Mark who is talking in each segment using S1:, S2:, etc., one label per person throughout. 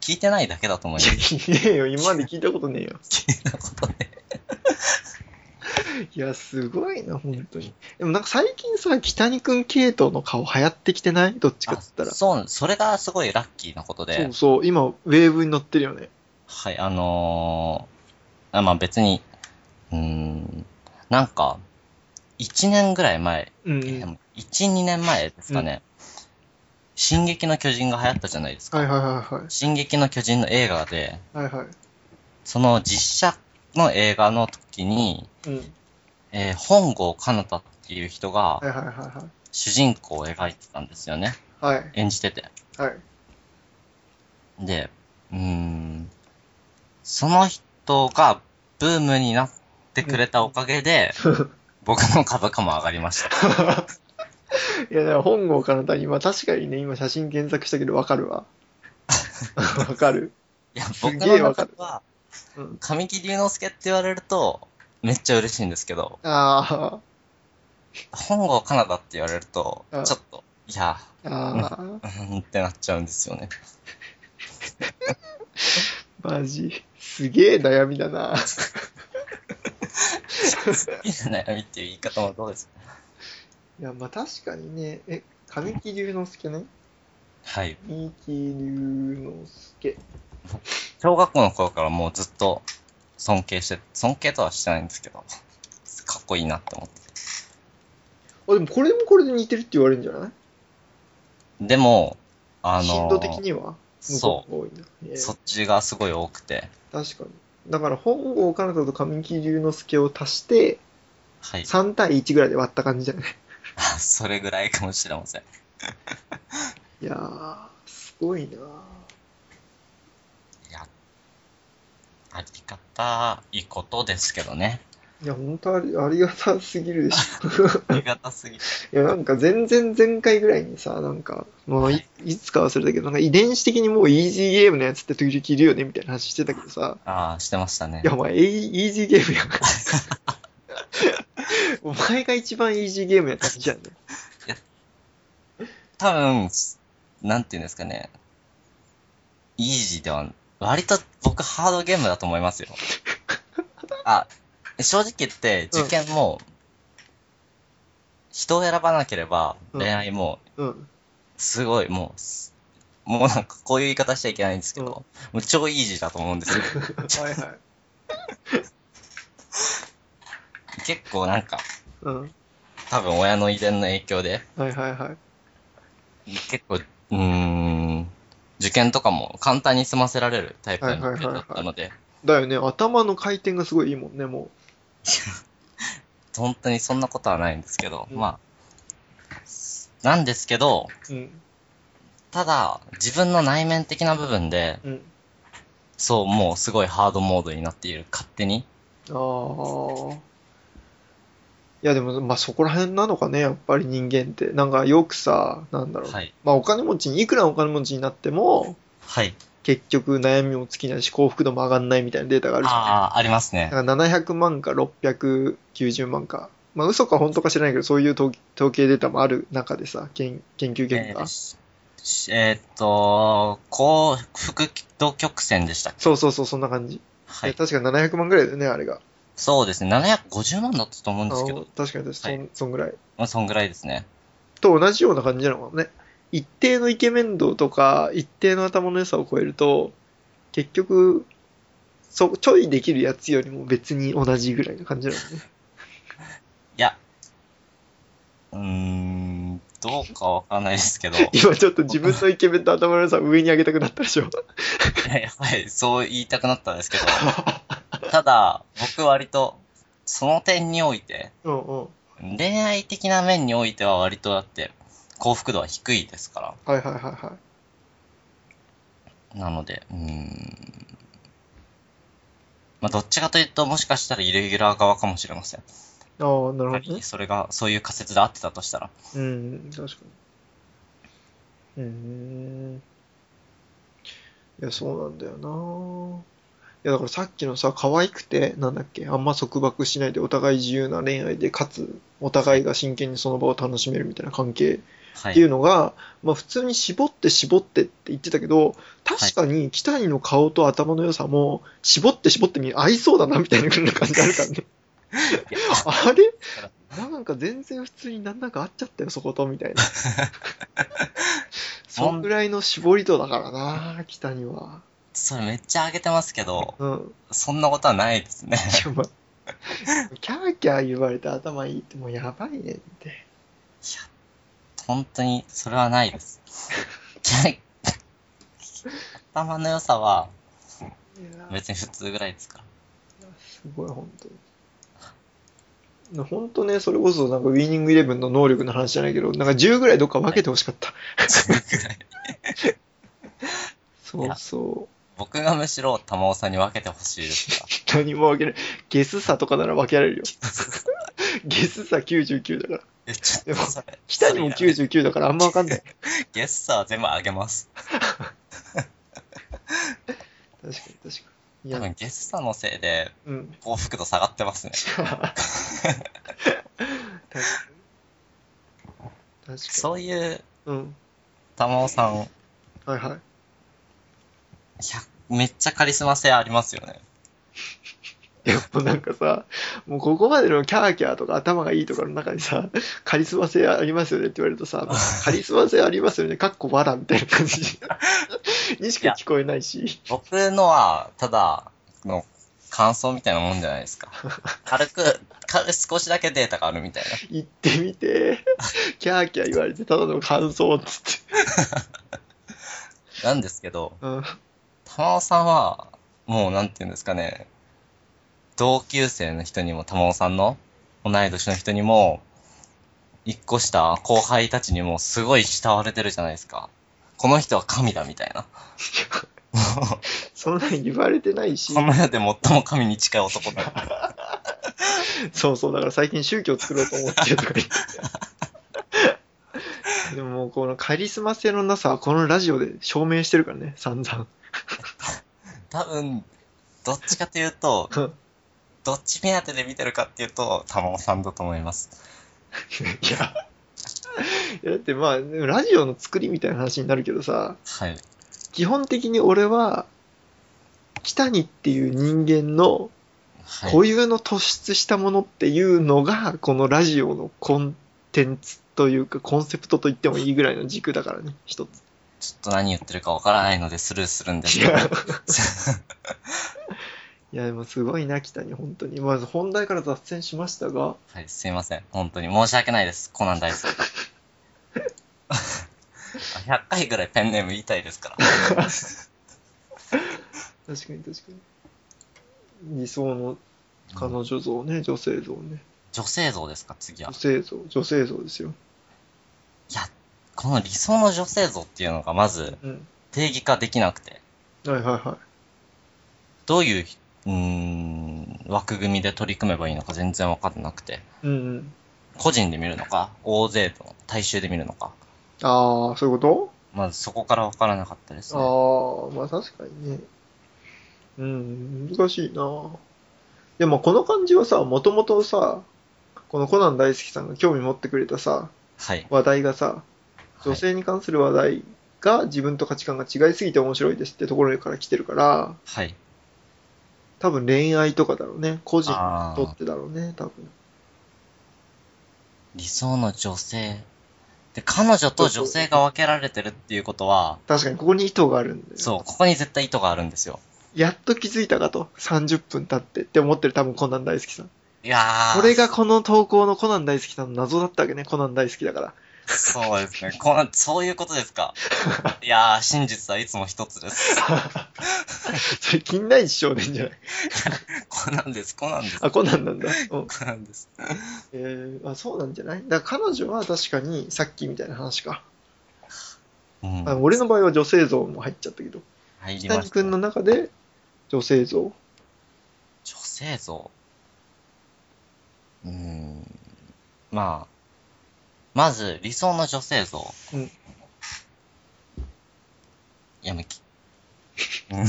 S1: 聞いてないだけだと思うよ。
S2: いやいやよ、今まで聞いたことねえよ。
S1: 聞いたことね。
S2: いや、すごいな、本当に。でもなんか最近さ、北にくん系統の顔流行ってきてないどっちかっつったら。
S1: あそう、それがすごいラッキーなことで。
S2: そうそう、今、ウェーブに乗ってるよね。
S1: はい、あのーあまあ別に、うーん、なんか、1年ぐらい前、
S2: うんうん。
S1: 1、2年前ですかね、進撃の巨人が流行ったじゃないですか。
S2: はいはいはいはい。
S1: 進撃の巨人の映画で、
S2: はいはい。
S1: その実写の映画の時に、
S2: うん。
S1: えー本郷奏太っていう人が
S2: はいはいは
S1: 主人公を描いてたんですよね。
S2: いはい。はい。
S1: 演じてて。
S2: はい。
S1: で、うーん、その人がブームになってくれたおかげで、僕の株価も上がりま した。
S2: いや、だから本郷かなた今、確かにね、今写真検索したけどわ かるわ。わかる。
S1: いや、
S2: す
S1: 僕
S2: げえ
S1: の
S2: わか
S1: 中
S2: る
S1: では
S2: うん、
S1: 神木隆之介って言われると、めっちゃ嬉しいんですけど、
S2: あ
S1: 本郷カナダって言われると
S2: うん、
S1: ちょっと、いや、
S2: あ、ああ、
S1: うーんってなっちゃうんですよね。
S2: マジ。すげえ悩みだな。
S1: いい悩みっていう言い方もどうですか
S2: いや、まあ確かにね、え、神木隆之介ね。
S1: はい。
S2: 神木隆之介。
S1: 小学校の頃からもうずっと尊敬して、尊敬とはしてないんですけど、かっこいいなって思って。
S2: あ、でもこれもこれで似てるって言われるんじゃない
S1: でも、あのー
S2: 頻度的には向こ
S1: そう
S2: が多いんだ。え
S1: う、
S2: え
S1: そっちがすごい多くて、
S2: 確かに。だから本郷奏太と神木隆之介を足して
S1: はい。
S2: 3対1ぐらいで割った感じじゃない
S1: それぐらいかもしれません。
S2: いやー、すごいなー
S1: いや、ありがたいことですけど ね。
S2: いや、本当ありありがたすぎるでしょ。
S1: ありがたすぎて。
S2: いや、なんか全然前回ぐらいにさ、なんか、もういいつか忘れたけど、なんか遺伝子的にもうイージーゲームのやつって時々いるよねみたいな話してたけどさ、
S1: ああ、してましたね
S2: い。や、お前、イージーゲームやん。お前が一番イージーゲームやったんじゃんね。
S1: 多分、なんていうんですかね。イージーでは、割と僕ハードゲームだと思い ますよ。あ、正直言って、受験も、人を選ばなければ、
S2: うん
S1: 恋愛も、
S2: うん。
S1: すごい、もうす、もうなんかこういう言い方しちゃいけないんですけど、
S2: うん
S1: もう超イージーだと思うんですよ。
S2: はいはい。
S1: 結構なんか、
S2: うん。
S1: 多分親の遺伝の影響で、
S2: はいはいはい。
S1: 結構、うーん、受験とかも簡単に済ませられるタイプの
S2: はいはいはいはい
S1: だったので、
S2: だよね、頭の回転がすごいいいもんね、も
S1: 本当にそんなことはないんですけど、
S2: うん
S1: まあ、なんですけど、
S2: う。うん。
S1: ただ、自分の内面的な部分で、
S2: うん。
S1: そう、もうすごいハードモードになっている、勝手に。
S2: ああ。いやでも、まあそこら辺なのかね、やっぱり人間って。なんかよくさ、なんだろう。
S1: はい。
S2: まあお金持ちに、いくらお金持ちになっても、
S1: はい。
S2: 結局悩みも尽きないし、幸福度も上がんないみたいなデータがあるじゃん。
S1: ああ、ありますね。
S2: だから700万か690万か。まあ嘘か本当か知らないけど、そういう統統計データもある中でさ、研研究結
S1: え
S2: 果
S1: ー。ししえーっと、幸福度曲線でしたっけ
S2: そうそうそう、そんな感じ。
S1: はい。
S2: 確か700万ぐらいだよね、あれが。
S1: そうですね。750万だったと思うんですけ
S2: あ
S1: ど、
S2: 確かに私、そ
S1: は
S2: んそんぐらい。
S1: まあ、そんぐらいですね。
S2: と同じような感じなのかもね。一定のイケメン度とか、一定の頭の良さを超えると、結局、そ、ちょいできるやつよりも別に同じぐらいの感じなのね。
S1: いや、うーん、どうかわかんないですけど、い
S2: 今ちょっと自分のイケメンと頭の良さを上に上げたくなったでしょ。
S1: ややばい、そう言いたくなったんですけど、ただ、僕割と、その点において、
S2: うんうん。は
S1: 恋愛的な面においては割とだって、幸福度は低いですから。
S2: いはいはいは
S1: なので、うーん。まあ、どっちかというと、もしかしたらイレギュラー側かもしれません。
S2: い。ああ、なるほどね
S1: 仮。それが、そういう仮説で合ってたとしたら。
S2: うん、確かに。うん。いや、そうなんだよな。いや、だからさっきのさ、可愛くて、なんだっけ、あんま束縛しないで、お互い自由な恋愛で、かつ、お互いが真剣にその場を楽しめるみたいな関係
S1: は
S2: っていう
S1: い。
S2: のが、まあ普通に絞って絞ってって言ってたけど、確かに北谷の顔と頭の良さも、絞って絞ってみ合いそうだなみたいな感じあるからね。
S1: いや
S2: あれ なんか全然普通になんなんか合っちゃったよ、そこと、み たいな。そんぐらいの絞り度だからな、北には。
S1: それめっちゃ上げてますけど、
S2: うん。
S1: そんなことはないですね。
S2: いやばい。キャーキャー言われて頭いいってもうやばいねって。
S1: 本当に、それはないです。キャ頭の良さは、
S2: いや
S1: 別に普通ぐらいですから。
S2: すごい、本当に。本当ね、それこそなんかウィーニングイレブンの能力の話じゃないけど、なんか10ぐらいどっか分けてほしかった。そうそ
S1: 僕がむしろ玉尾さんに分けてほしい ですか
S2: う。何も分けない。ゲスさとかなら分けられるよ。ゲスさ99だから。
S1: ら。え、ちょっとそれ。
S2: 北にも
S1: それや
S2: 99だからあんま分かんない。
S1: めて。ゲッサー全部上げます。
S2: 確かに確かに。い
S1: 多
S2: や、
S1: 分ゲッサーのせいで
S2: うん。
S1: 幸福度下がってますね。
S2: 確かに。確かに。
S1: そういう
S2: うん。
S1: 玉尾さん、
S2: はいはい。
S1: ひゃめっちゃカリスマ性ありますよね。
S2: いや、もうなんかさ、もうここまでのキャーキャーとか頭がいいとかの中にさ、カリスマ性ありますよねって言われるとさ、カリスマ性ありますよね、かっこわらみたいな感じにしか聞こえないし、
S1: 僕のは、ただ、の、感想みたいなもんじゃないですか。軽く、軽く少しだけデータがあるみたいな。
S2: 行ってみて、キャーキャー言われてただの感想っつって。
S1: なんですけど、
S2: うん、
S1: 玉尾さんは、もうなんていうんですかね、同級生の人にも、玉尾さんの同い年の人にも、一個下、後輩たちにもすごい慕われてるじゃないですか。この人は神だみたいな。
S2: そんなに言われてないし
S1: こ、の世で最も神に近い男だ。
S2: そうそう、だから最近宗教作ろうと思ってるとか言って。でももうこのカリスマ性のなさはこのラジオで証明してるからね、散々。
S1: 多分、どっちかというと、
S2: うん
S1: どっち目当てで見てるかっていうと、玉尾さんだと思います。
S2: いや、いやだってまあ、でもラジオの作りみたいな話になるけどさ、
S1: はい。
S2: 基本的に俺は、北にっていう人間の
S1: はい。
S2: 固有の突出したものっていうのが、このラジオのコンテンツというか、コンセプトと言ってもいいぐらいの軸だからね、一つ。
S1: ちょっと何言ってるかわからないのでスルーするんです
S2: い
S1: けど。
S2: や、 いやでもすごいな、北に、本当に。まず本題から脱線しましたが、
S1: はい、すいません。本当に申し訳ないです。コナン大好 き。100回ぐらいペンネーム言いたいですから。
S2: 確かに確かに。理想の彼女像ね、女性像ね。
S1: 女性像ですか、次は
S2: 女。性像、女性像ですよ。
S1: いや、この理想の女性像っていうのがまず
S2: うん。
S1: 定義化できなくて、
S2: はいはいはい。
S1: どういう、うーん、枠組みで取り組めばいいのか全然わかんなくて、
S2: うんうん。
S1: 個人で見るのか、大勢と大衆で見るのか、
S2: ああ、そういうこ
S1: まずそこからわからなかったですね。
S2: とああ、まあ確かにね。うん、難しいな。でもこの感じはさ、もともとさ、このコナン大好きさんが興味持ってくれたさ、
S1: はい。
S2: 話題がさ、
S1: はい
S2: 女性に関する話題が自分と価値観が違いすぎて面白いですってところから来てるから、
S1: はい。
S2: 多分恋愛とかだろうね。個人に
S1: あ
S2: と
S1: ー
S2: ってだろうね、多分。
S1: 理想の女性。で、彼女と女性が分けられてるっていうことは、
S2: 確かにここに意図があるんだよ。
S1: そう、ここに絶対意図があるんですよ。
S2: やっと気づいたかと、30分経ってって思ってる多分コナン大好きさん。
S1: いやー。
S2: これがこの投稿のコナン大好きさんの謎だったわけね、コナン大好きだから。
S1: そうですね。こんそういうことですか。いやー、真実はいつも一つです。
S2: それ、近代一少年じゃない。
S1: こうなんです、こうなんです。こ
S2: あ、コナ ンなんだ。うん。
S1: うなんです。
S2: えー、あ、そうなんじゃないだから彼女は確かにさっきみたいな話か。
S1: うん。
S2: あ俺の場合は女性像も入っちゃったけど、
S1: 入りま
S2: 北に
S1: した、
S2: 君の
S1: ね。
S2: 中で女性像。
S1: 女性像。うーん。まあ。まず、理想の女性像。
S2: うん
S1: いやめき。 うん。
S2: い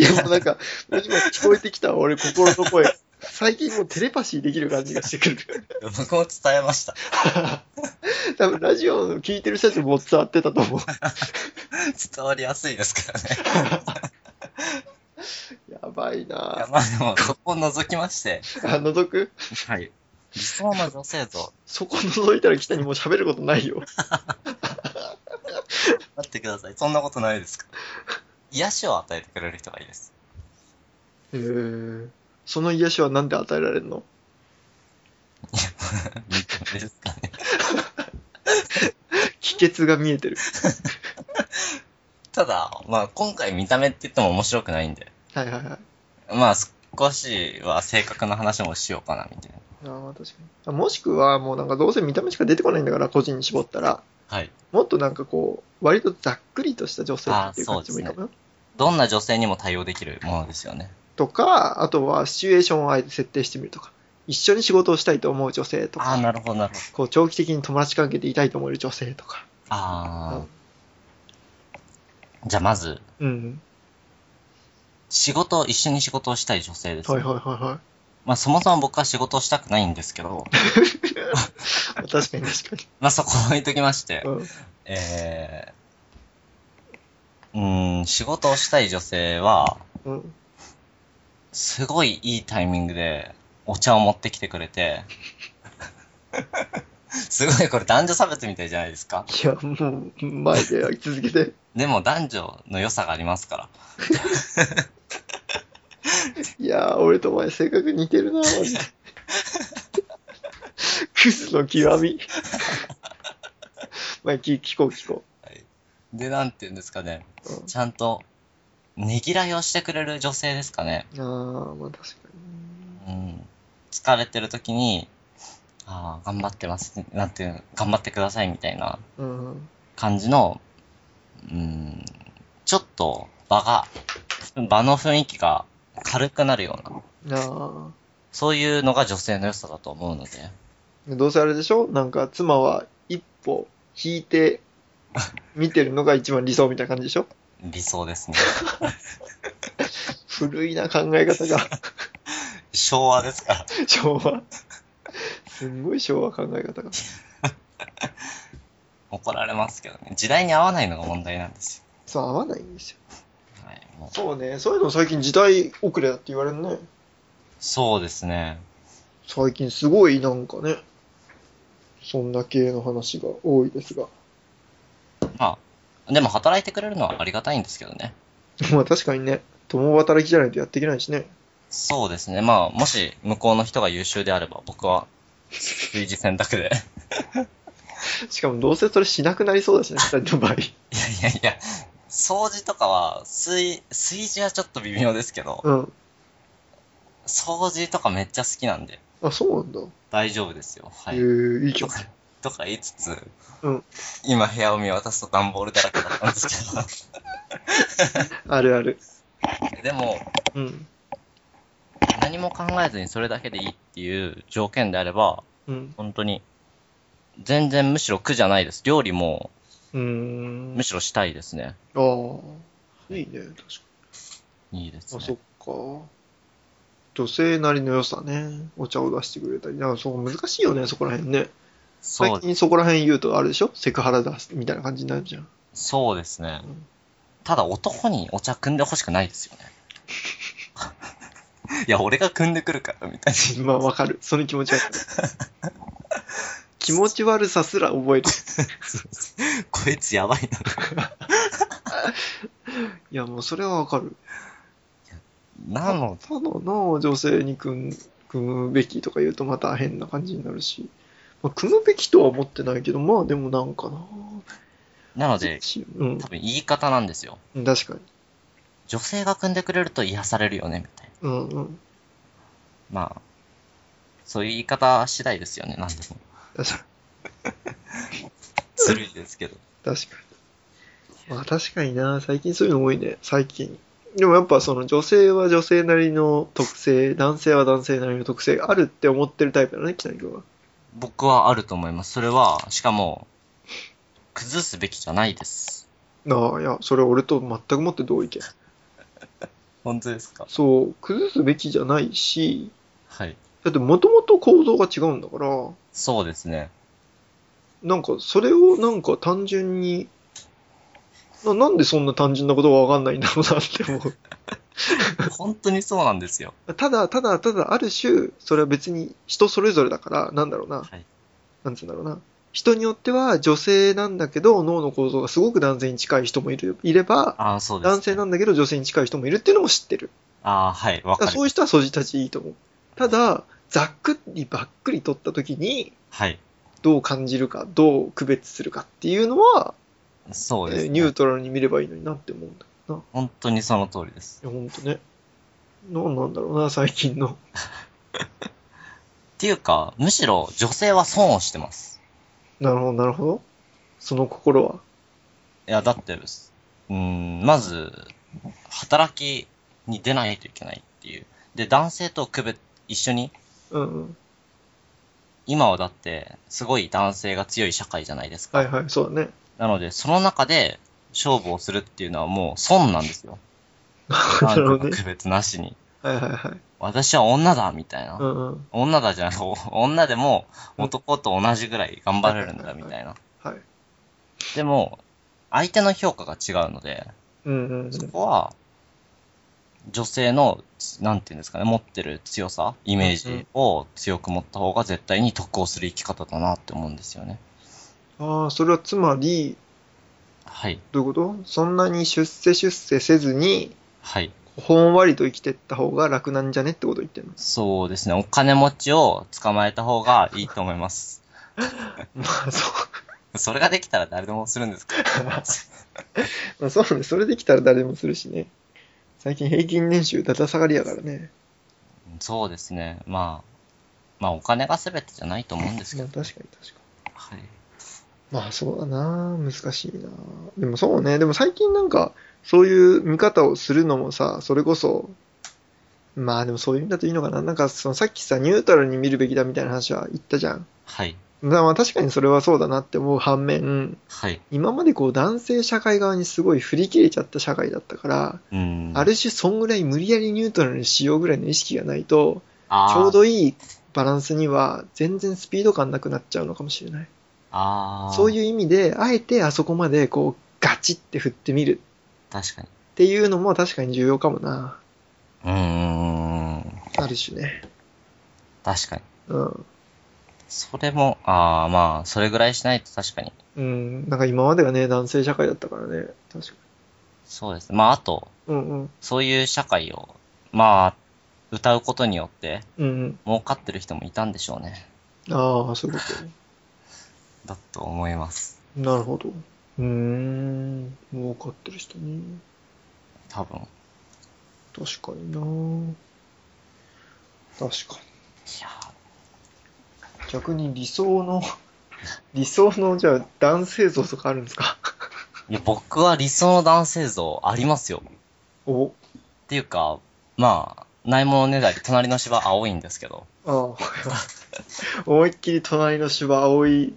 S2: や、もうなんか、今聞こえてきたわ俺心の 声。最近もうテレパシーできる感じがしてくる。
S1: 僕も伝えました。
S2: 多分ラジオの聞いてる人たちも伝わってたと 思う。
S1: 伝わりやすいですから ね。
S2: やばい
S1: いや
S2: なぁ。
S1: まあでも、そこを除きまして、
S2: あ、覗く
S1: はい。理想の女性像、
S2: そこ覗いたら北にもう喋ることないよ。
S1: 待ってください。そんなことないですか癒しを与えてくれる人がいい です。
S2: へーその癒しはなんで与えられるの
S1: 見てもいいですかね。
S2: 秘訣が見えてる。
S1: ただ、まあ今回見た目って言っても面白くないんで、
S2: はいはいはい。
S1: まあ少しは性格の話もしようかな、みたいな。
S2: あー確かに。もしくはもうなんかどうせ見た目しか出てこないんだから、個人に絞ったら。
S1: はい。
S2: もっとなんかこう、割とざっくりとした女性っていう感じもいいかもよ。
S1: どんな女性にも対応できるものですよね。
S2: とか、あとはシチュエーションをあえて設定してみるとか、一緒に仕事をしたいと思う女性と
S1: ああ、
S2: か、
S1: なるほど、なるほど。
S2: こう長期的に友達関係でいたいと思える女性とか。
S1: ああ。じゃあまず、
S2: うん。
S1: 仕事を、一緒に仕事をしたい女性です。
S2: はいはいはいは
S1: まあそもそも僕は仕事をしたくないんですけ ど、
S2: い。確かに確かに。
S1: まあそこは置いときまして、
S2: うん。
S1: えー、うーん、仕事をしたい女性は、
S2: うん、
S1: すごいいいタイミングでお茶を持ってきてくれて、 すごいこれ男女差別みたいじゃないですか。
S2: いや、もう、前で続けて。
S1: でも男女の良さがありますから。
S2: いやー、俺とお前性格似てるな、マジで。クズの極み。まあ、聞聞こう聞こ
S1: で、なんて言うんですかね。
S2: う。うん、
S1: ちゃんと、ねぎらいをしてくれる女性ですかね。
S2: ああ、まあ確か
S1: うん。疲れてる時に、ああ、頑張ってます。なんていう、頑張ってくださいみたいな
S2: に。うん。
S1: 感じの、うん、ちょっと場が、場の雰囲気が軽くなるような、
S2: あ
S1: そういうのが女性の良さだと思うので、
S2: あ。どうせあれでしょなんか、妻は一歩引いて見てるのが一番理想みたいな感じでしょ
S1: 理想です ね。
S2: 古いな、考え方が。
S1: 昭和ですから。
S2: 昭和。すんごい昭和考え方が。
S1: 怒られますけどね。時代に合わないのが問題なんです
S2: そう、合わないんですよ。
S1: よ。はい、もう
S2: そうね、そういうの最近時代遅れだって言われるね。
S1: そうですね。
S2: 最近すごいなんかね、そんな系の話が多いですが。
S1: まあ、でも働いてくれるのはありがたいんですけどね。
S2: まあ確かにね、共働きじゃないとやっていけないしね。
S1: そうですね。まあ、もし向こうの人が優秀であれば、僕 は、類似選択で。
S2: しかもどうせそれしなくなりそうだしね、二人 の場合。
S1: いやいやいや、掃除とかは、水、水事はちょっと微妙ですけど、
S2: うん。
S1: 掃除とかめっちゃ好きなんで、
S2: あ、そうなんだ。
S1: 大丈夫ですよ。は
S2: え
S1: い。
S2: ー、いいじゃ
S1: と
S2: ん。
S1: か、とか言いつつ、
S2: うん
S1: 今部屋を見渡すと段ボールだらけだったんです
S2: あるある。
S1: けど、でも、
S2: うん。
S1: 何も考えずにそれだけでいいっていう条件であれば、
S2: うん。
S1: 本当に、全然むしろ苦じゃないです。料理も、
S2: うーん
S1: む。しろしたいですね。
S2: ああ。いいね、確か
S1: いいです
S2: に。あ、
S1: ね。
S2: そっか。女性なりの良さね。お茶を出してくれたり。なんかそう、難しいよね、そこら辺ね。
S1: そ
S2: 最
S1: う、
S2: 近そこら辺言うとあれでしょセクハラだ、みたいな感じになるじゃん。
S1: そうですね
S2: うん。
S1: ただ男にお茶汲んでほしくないですよ ね。いや、俺が汲んでくるから、みたい
S2: まあわかる。その気持ちは。気持ち悪さすら覚える。
S1: な。こいつやばいな。
S2: いやもうそれはわかる。
S1: なの、
S2: ただの女性に組む組むべきとか言うとまた変な感じになるし。まあ、組むべきとは思ってないけど、まあでもなんかな。
S1: なので、
S2: うん
S1: 多、分言い方なんですよ。
S2: 確かに。
S1: 女性が汲んでくれると癒されるよね、みたいな。
S2: うんうん。
S1: まあ、そういう言い方次第ですよね、なんでも。
S2: 確か
S1: ずるいですけど。
S2: に。確かに。まあ確かにな。最近そういうの多いね。最近。でもやっぱその女性は女性なりの特性、男性は男性なりの特性があるって思ってるタイプだね、北野君は。
S1: 僕はあると思います。それは、しかも、崩すべきじゃないです。
S2: なあ、いや、それ俺と全くもって同意見。
S1: 本当ですか
S2: そう、崩すべきじゃないし、
S1: はい。
S2: だってもともと構造が違うんだから、
S1: そうですね。
S2: なんか、それをなんか単純に、ななんでそんな単純なことがわかんないんだろうなって思う。
S1: 本当にそうなんですよ。
S2: ただ、ただ、ただ、ある種、それは別に人それぞれだから、なんだろうな。
S1: はい
S2: なんつうんだろうな。人によっては女性なんだけど、脳の構造がすごく男性に近い人もいるいれば、
S1: ああ、そうです、
S2: 男性なんだけど女性に近い人もいるっていうのも知ってる。
S1: ああ、はい、わ
S2: だか
S1: からる
S2: そういう。人はそじたちいいと思う。ただ、ざっくりばっくり取った時に、
S1: はい。
S2: どう感じるか、どう区別するかっていうのは、
S1: そうです、
S2: えー
S1: ね。
S2: ニュートラルに見ればいいのになって思うんだけどな。
S1: 本当にその通りです。
S2: いや、ほんとね。なんなんだろうな、最近の。
S1: っていうか、むしろ女性は損をしてます。
S2: なるほど、なるほど。その心は。
S1: いや、だって、うーん、まず、働きに出ないといけないっていう。で、男性と区別、一緒に、
S2: うんうん。
S1: 今はだって、すごい男性が強い社会じゃないですか。
S2: はいはい、そうだね。
S1: なので、その中で勝負をするっていうのはもう損なんですよ。
S2: なるほ
S1: 男
S2: ど
S1: 女
S2: ね。
S1: 区別なしに。
S2: はいはいはい。
S1: 私は女だみたいな。
S2: うんうん。
S1: 女だじゃなく、お 女でも男と同じぐらい頑張れるんだみたいな。
S2: はい。
S1: でも、相手の評価が違うので、
S2: うんうんうん。
S1: そこは、女性の、なんていうんですかね、持ってる強さ、イメージを強く持った方が絶対に得をする生き方だなって思うんですよね。
S2: ああ、それはつまり、
S1: はい。
S2: どういうことそんなに出世出世せずに、
S1: はい。
S2: ほんわりと生きてった方が楽なんじゃねってこと言ってるの。
S1: そうですね。お金持ちを捕まえた方がいいと思い ます。
S2: まあそう。
S1: それができたら誰でもするんですか
S2: まあ そうね。それできたら誰でもするしね。最近平均年収だだ下がりやからね。
S1: そうですね。まあ、まあお金が全てじゃないと思うんです
S2: ま
S1: け
S2: あ
S1: ど。
S2: 確かに確かに。
S1: はい。
S2: まあそうだな難しいなでもそうねでも最近なんかそういう見方をするのもさそれこそまあでもそういう意味だといいのかななんかそのさっきさニュートラルに見るべきだみたいな話は言ったじゃん
S1: はい。
S2: だからまあ確かにそれはそうだなって思う反面
S1: はい。
S2: 今までこう男性社会側にすごい振り切れちゃった社会だったから
S1: うーん。
S2: ある種そんぐらい無理やりニュートラルにしようぐらいの意識がないと
S1: あー
S2: ちょうどいいバランスには全然スピード感なくなっちゃうのかもしれない
S1: ああ。
S2: そう
S1: う。
S2: いう意味で、あえてあそこまでこうガチって振ってみる
S1: 確かに。
S2: っていうのも確かに重要かもな。
S1: うーん。
S2: ある種ね。
S1: 確かに。
S2: うん。
S1: それも、ああ、まあ、それぐらいしないと確かに。
S2: うん。なんか今までがね、男性社会だったからね。確か
S1: そうですね。まあ、あと、
S2: に。うんうん。
S1: そういう社会を、まあ、歌うことによって、
S2: うんうん。
S1: 儲かってる人もいたんでしょうね。
S2: ああ、そういうこ
S1: だと思います。
S2: と。なるほど。うーん。儲かってる人ね。
S1: 多分。い
S2: 確かにな。確かに。
S1: や
S2: 逆に理想の、 理想の、じゃあ男性像とかあるんですか
S1: ーいや、僕は理想の男性像ありますよ。っ
S2: お。
S1: ていうか、まあ、ないものねだり、隣の芝青いんですけど。
S2: あ あ、思いっきり隣の芝青い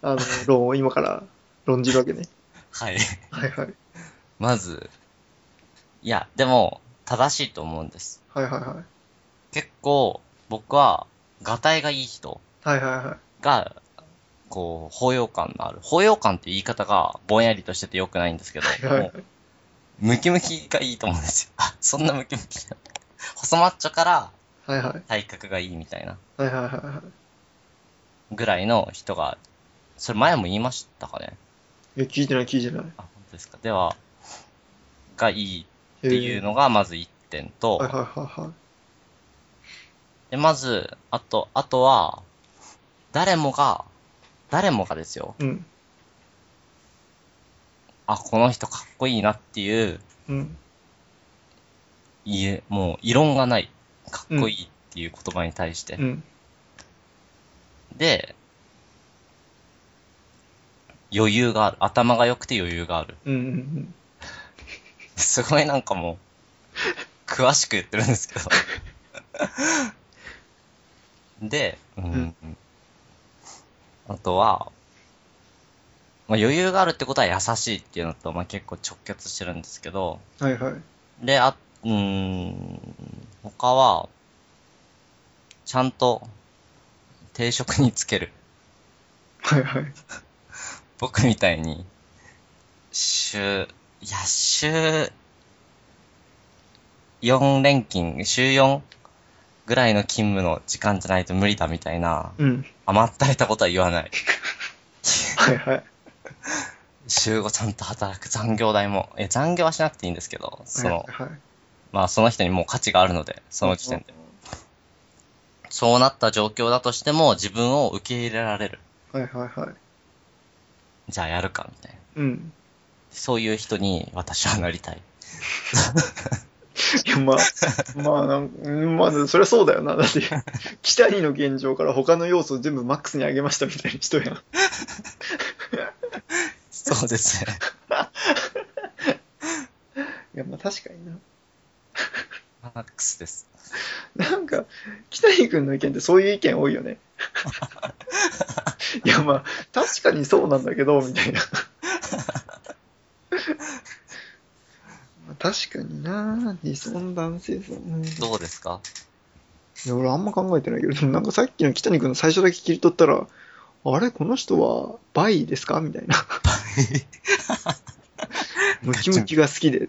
S2: あの論を今から論じるわけね。
S1: はい。
S2: はいはい。
S1: まず、いや、でも、正しいと思うんです。
S2: はいはいはい。
S1: 結構、僕は、がたいがいい人
S2: はいはいはい。
S1: が、こう、包容感のある。包容感って言い方がぼんやりとしてて良くないんですけど、
S2: はい
S1: もうムキムキがいいと思うんですよ。 あ、そんなムキムキじゃない細マッチョから
S2: はいはい。
S1: 体格がいいみたいな
S2: はいはいはいは
S1: ぐらいの人が、それ前も言いましたかね。
S2: い。いや、聞いてない聞いてない。っ
S1: あ、本当ですか。では、がいいっていう。のがまず1点と、
S2: はいはいはいはい。
S1: で、まず、あと、あとは、誰もが、誰もがですよ。
S2: うん。
S1: あ、この人かっこいいなっていう、
S2: うん。
S1: いえ、もう異論がない。かっこいいっていう言葉に対して。
S2: うん。
S1: で、余裕がある。頭が良くて余裕がある。
S2: うん。うん。
S1: すごいなんかもう、詳しく言ってるんですけど。 で、うん
S2: ん
S1: あとは、まあ、余裕があるってことは優しいっていうのと、まあ、結構直結してるんですけど、
S2: はいはい。
S1: で、あ、うーん、他は、ちゃんと定職につける。
S2: はいはい。
S1: 僕みたいに、週、いや、週、4連勤、週4ぐらいの勤務の時間じゃないと無理だみたいな、
S2: うん。
S1: 甘ったれたことは言わない。
S2: はいはい。
S1: 週5ちゃんと働く残業代も、え、残業はしなくていいんですけど、その、
S2: はいはい、
S1: まあその人にもう価値があるので、その時点で。そうなった状況だとしても自分を受け入れられる。
S2: はいはいはい。
S1: じゃあやるか、みたいな。
S2: うん。
S1: そういう人に私はなりたい。
S2: いや、まあ、 まあなん、うんまあ、そりゃそうだよな。だって、北にの現状から他の要素を全部マックスに上げましたみたいな人やん。
S1: そうです ね。
S2: いや、まあ確かにな。
S1: マックスです。
S2: なんか、北井君の意見ってそういう意見多いよね。いや、まあ、確かにそうなんだけど、みたいな。 まあ確かにな理想の男性像ね。
S1: どうですか
S2: いや、俺あんま考えてないけど、でもなんかさっきの北谷君の最初だけ切り取ったら、あれ、この人はバイですかみたいな。ムキムキが好きで。